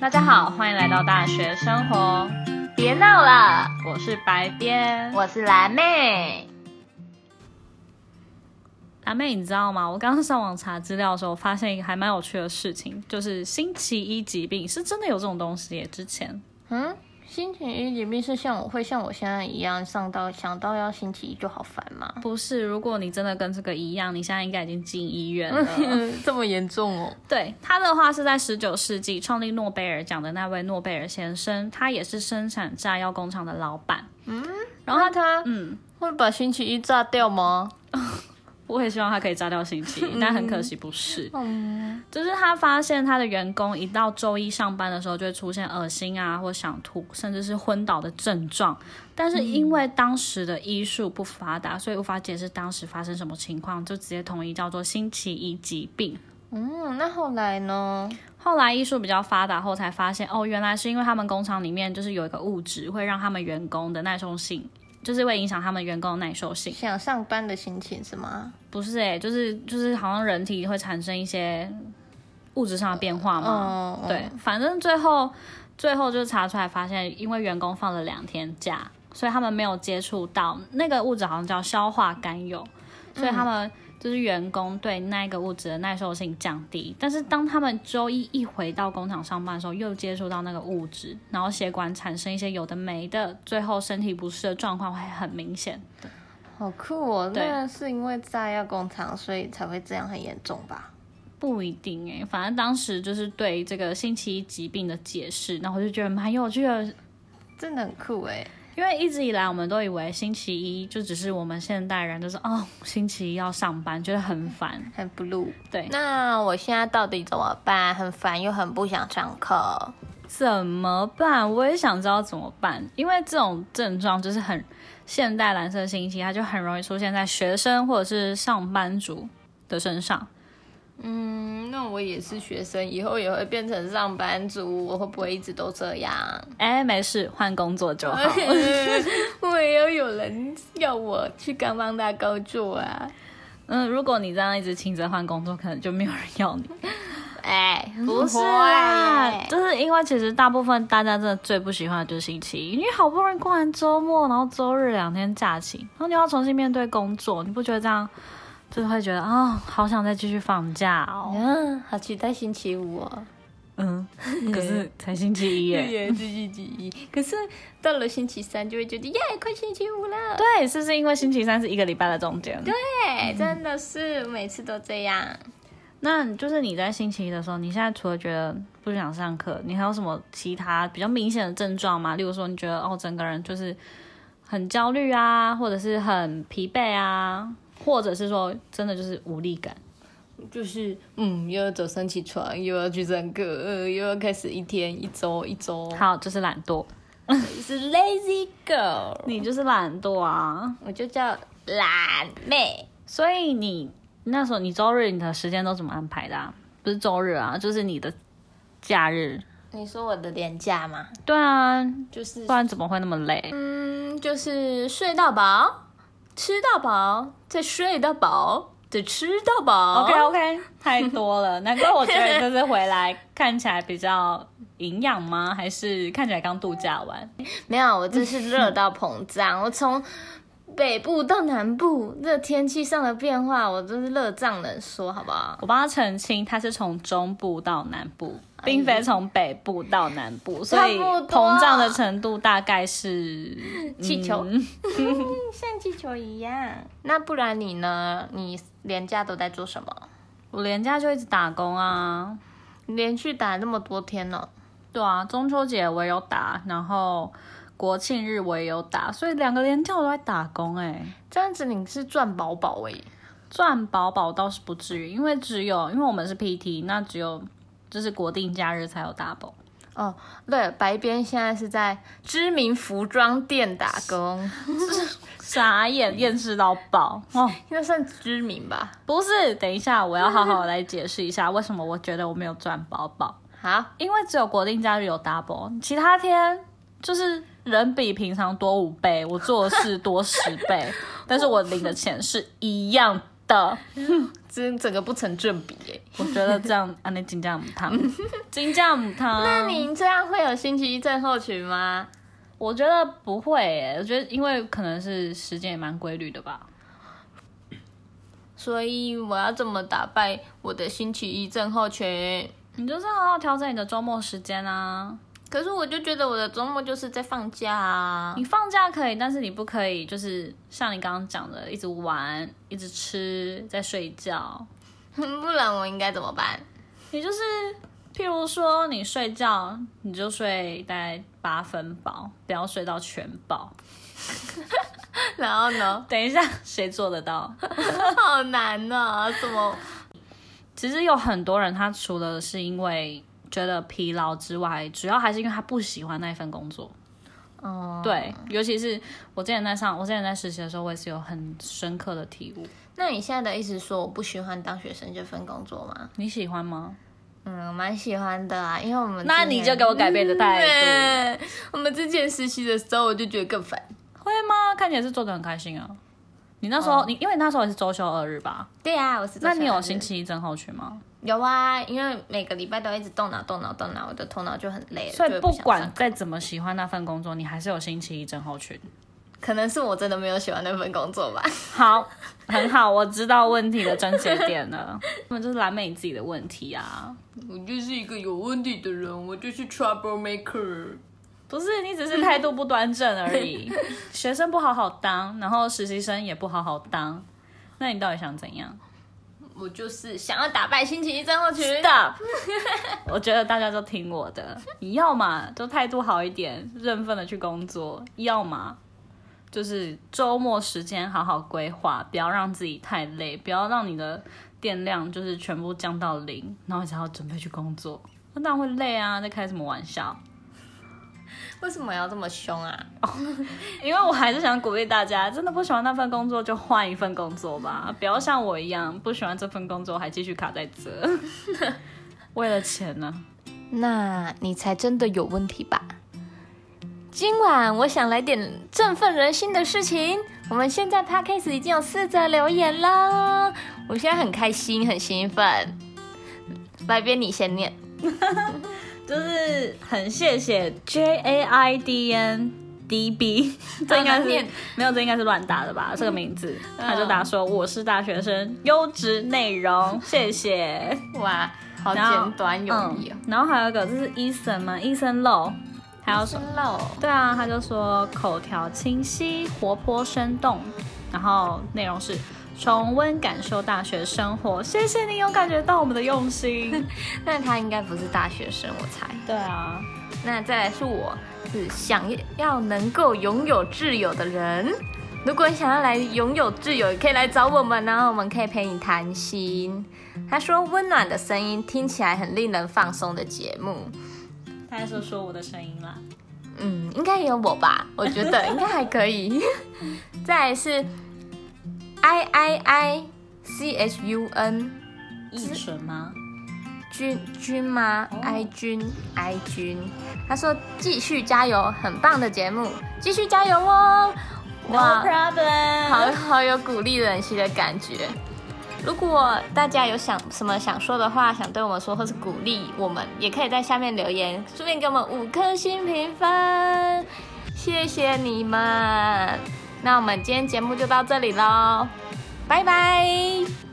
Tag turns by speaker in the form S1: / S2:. S1: 大家好，欢迎来到大学生活。
S2: 别闹了，
S1: 我是白边，
S2: 我是蓝妹。
S1: 阿妹，你知道吗？我刚刚上网查资料的时候，发现一个还蛮有趣的事情，就是星期一疾病是真的有这种东西耶。之前
S2: 嗯，星期一疾病是像我会像我现在一样上到想到要星期一就好烦吗？
S1: 不是，如果你真的跟这个一样，你现在应该已经进医院 了。
S2: 这么严重哦？
S1: 对他的话是在十九世纪创立诺贝尔奖的那位诺贝尔先生，他也是生产炸药工厂的老板。
S2: 然后他
S1: 嗯，
S2: 会把星期一炸掉吗？
S1: 我也希望他可以炸掉星期一，但很可惜不是。
S2: 嗯，
S1: 就是他发现他的员工一到周一上班的时候，就会出现恶心啊，或想吐，甚至是昏倒的症状。但是因为当时的医术不发达，所以无法解释当时发生什么情况，就直接统一叫做星期一疾病。
S2: 嗯，那后来呢？
S1: 后来医术比较发达后，才发现哦，原来是因为他们工厂里面就是有一个物质会让他们员工的耐受性，就是会影响他们员工的耐受性。
S2: 想上班的心情是吗？
S1: 不是诶、就是就是好像人体会产生一些物质上的变化嘛。
S2: 嗯，嗯
S1: 对，，反正最后最后就查出来发现，因为员工放了两天假，所以他们没有接触到那个物质，好像叫硝化甘油，所以他们就是员工对那个物质的耐受性降低。但是当他们周一一回到工厂上班的时候，又接触到那个物质，然后血管产生一些有的没的，最后身体不适的状况会很明显。
S2: 好酷哦。
S1: 对
S2: 那是因为炸药工厂，所以才会这样很严重吧？
S1: 不一定哎、反正当时就是对这个星期一疾病的解释，然后我就觉得蛮有趣的，
S2: 真的很酷哎。
S1: 因为一直以来我们都以为星期一就只是我们现代人就是哦，星期一要上班，觉得很烦。
S2: 很 blue。
S1: 对，
S2: 那我现在到底怎么办？很烦又很不想上课。
S1: 怎么办？我也想知道怎么办，因为这种症状就是很现代蓝色星期，它就很容易出现在学生或者是上班族的身上。
S2: 嗯，那我也是学生，以后也会变成上班族，我会不会一直都这样？
S1: 哎，没事，换工作就 好。
S2: 哎我也要有人要我去刚帮大工作啊！
S1: 嗯，如果你这样一直轻着换工作，可能就没有人要你。
S2: 哎，
S1: 不是啦，
S2: 啊
S1: 就是因为其实大部分大家真的最不喜欢的就是星期一，因为好不容易过完周末，然后周日两天假期，然后你要重新面对工作，你不觉得这样就是会觉得啊、好想再继续放假哦？
S2: 嗯，好期待星期五哦！
S1: 嗯，可是才星期一耶。
S2: 耶，星期一。可是到了星期三就会觉得耶，快星期五了。
S1: 对，是不是因为星期三是一个礼拜的中间？对。
S2: 对，真的是每次都这样。
S1: 那就是你在星期一的时候，你现在除了觉得不想上课，你还有什么其他比较明显的症状吗？例如说，你觉得哦，整个人就是很焦虑啊，或者是很疲惫啊，或者是说真的就是无力感。
S2: 就是嗯，又要早上起床，又要去上课，呃又要开始一天、一周、一周，
S1: 还有就是懒惰，
S2: 是 lazy girl，
S1: 你就是懒惰啊。
S2: 我就叫懒妹。
S1: 所以你那时候你周日你的时间都怎么安排的、啊？不是周日啊，就是你的假日。
S2: 你说我的廉价吗？
S1: 对啊，
S2: 就是
S1: 不然怎么会那么累？
S2: 嗯，就是睡到饱，吃到饱，再睡到饱，再吃到饱。
S1: OK OK，太多了，难怪我觉得这次回来看起来比较营养吗？ 还是看起来刚度假完？
S2: 没有，我真是热到膨胀，我从。北部到南部，这天气上的变化，我真是热胀冷缩，好不好？
S1: 我帮他澄清，他是从中部到南部，并非从北部到南部，所以
S2: 哎差不多啊
S1: 膨胀的程度大概是
S2: 气球
S1: 嗯
S2: 像气球一样。那不然你呢？你连假都在做什么？
S1: 我连假就一直打工啊，
S2: 你连续打那么多天了，
S1: 对啊，中秋节我也有打，然后国庆日我也有打，所以两个连假我都在打工哎、
S2: 这样子你是赚饱饱哎。
S1: 赚饱饱倒是不至于，因为只有因为我们是 PT，那只有就是国定假日才有 double。
S2: 哦，对，白边现在是在知名服装店打工，
S1: 傻
S2: 嗯
S1: 眼，厌世到爆哦！
S2: 应该算知名吧？
S1: 不是，等一下我要好好来解释一下为什么我觉得我没有赚饱饱，
S2: 好，
S1: 因为只有国定假日有 double，其他天就是人比平常多五倍，我做的事多十 倍，但是我领的钱是一样的。
S2: 这整个不成正比哎。
S1: 我觉得这样啊安尼真正唔 烫，真正唔烫。
S2: 那你这样会有星期一症候群吗？
S1: 我觉得不会耶，我觉得因为可能是时间也蛮规律的吧。
S2: 所以我要怎么打败我的星期一症候群？
S1: 你就是好好调整你的周末时间啊。
S2: 可是我就觉得我的周末就是在放假啊
S1: 你。放假可以，但是你不可以就是像你刚刚讲的，一直玩，一直吃，在睡觉。
S2: 不然我应该怎么办？
S1: 你就是，譬如说你睡觉，你就睡大概八分饱，不要睡到全饱。
S2: 然后呢？
S1: 等一下，谁做得到？
S2: 好难哦，怎么？
S1: 其实有很多人，他除了是因为觉得疲劳之外，主要还是因为他不喜欢那一份工作。
S2: 哦，
S1: 对，尤其是我之前在上，我之前在实习的时候，我也是有很深刻的体悟。
S2: 那你现在的意思说我不喜欢当学生这份工作吗？
S1: 你喜欢吗？
S2: 嗯，蛮喜欢的啊，因为我们
S1: 那
S2: 之
S1: 你
S2: 前
S1: 就给我改变的态度，
S2: 对，我们之前实习的时候我就觉得更烦。
S1: 会吗？看起来是做的很开心啊。你那时候，你因为那时候也是周休二日吧？
S2: 对啊，我是
S1: 那你有星
S2: 心
S1: 期一症候群吗？
S2: 有啊，因为每个礼拜都一直动脑动脑动脑，我的头脑就很累了。
S1: 所
S2: 就
S1: 以
S2: 会
S1: 不
S2: 想
S1: 管
S2: 上课
S1: 再怎么喜欢那份工作，你还是有星期一症候群。
S2: 可能是我真的没有喜欢那份工作吧。
S1: 好，很好，我知道问题的症结点了。 那么就是蓝莓你自己的问题啊，
S2: 我就是一个有问题的人，我就是 trouble maker。
S1: 不是你只是态度不端正而已。 学生不好好当，然后实习生也不好好当，那你到底想怎样？
S2: 我就是想要打败星期一症候群。
S1: Stop！我觉得大家都听我的，你要嘛就态度好一点，认份的去工作；要么就是周末时间好好规划，不要让自己太累，不要让你的电量就是全部降到零，然后才要准备去工作。那当然会累啊，在开什么玩笑？
S2: 为什么要这么凶啊？
S1: 因为我还是想鼓励大家，真的不喜欢那份工作就换一份工作吧，不要像我一样不喜欢这份工作还继续卡在这， 为了钱呢、
S2: 那你才真的有问题吧？今晚我想来点振奋人心的事情。我们现在 podcast 已经有四则留言啦，我现在很开心，很兴奋。来边你先念，
S1: 就是很谢谢 J A I D N D B，这 应该
S2: 好难
S1: 是
S2: 念
S1: 没有，这应该是乱打的吧？这个名字，他就打说我是大学生，优质内容，谢谢。
S2: 哇，好
S1: 然后
S2: 简短有力哦。
S1: 嗯。然后还有一个就是 Eason 嘛，Eason Low，还有什么？
S2: 漏，
S1: 对啊，他就说口条清晰、活泼生动，然后内容是重温感受大学生活。谢谢你有感觉到我们的用心。
S2: 那他应该不是大学生，我猜。
S1: 对啊，
S2: 那再来是我是想要能够拥有挚友的人。如果你想要来拥有挚友，也可以来找我们，然后我们可以陪你谈心。他说，温暖的声音听起来很令人放松的节目，
S1: 他说说我的声音啦。
S2: 嗯，应该也有我吧，我觉得应该还可以。 再来是 i i i c h u n
S1: 易纯吗？
S2: 君君吗
S1: 哦
S2: ？I 君 I 君，他说继续加油，很棒的节目，继续加油哦！
S1: 哇
S2: 哇，
S1: problem，
S2: 好好有鼓励人心的感觉。如果大家有想什么想说的话，想对我们说，或是鼓励我们，也可以在下面留言，顺便给我们五颗星评分，谢谢你们。那我们今天节目就到这里喽，拜拜。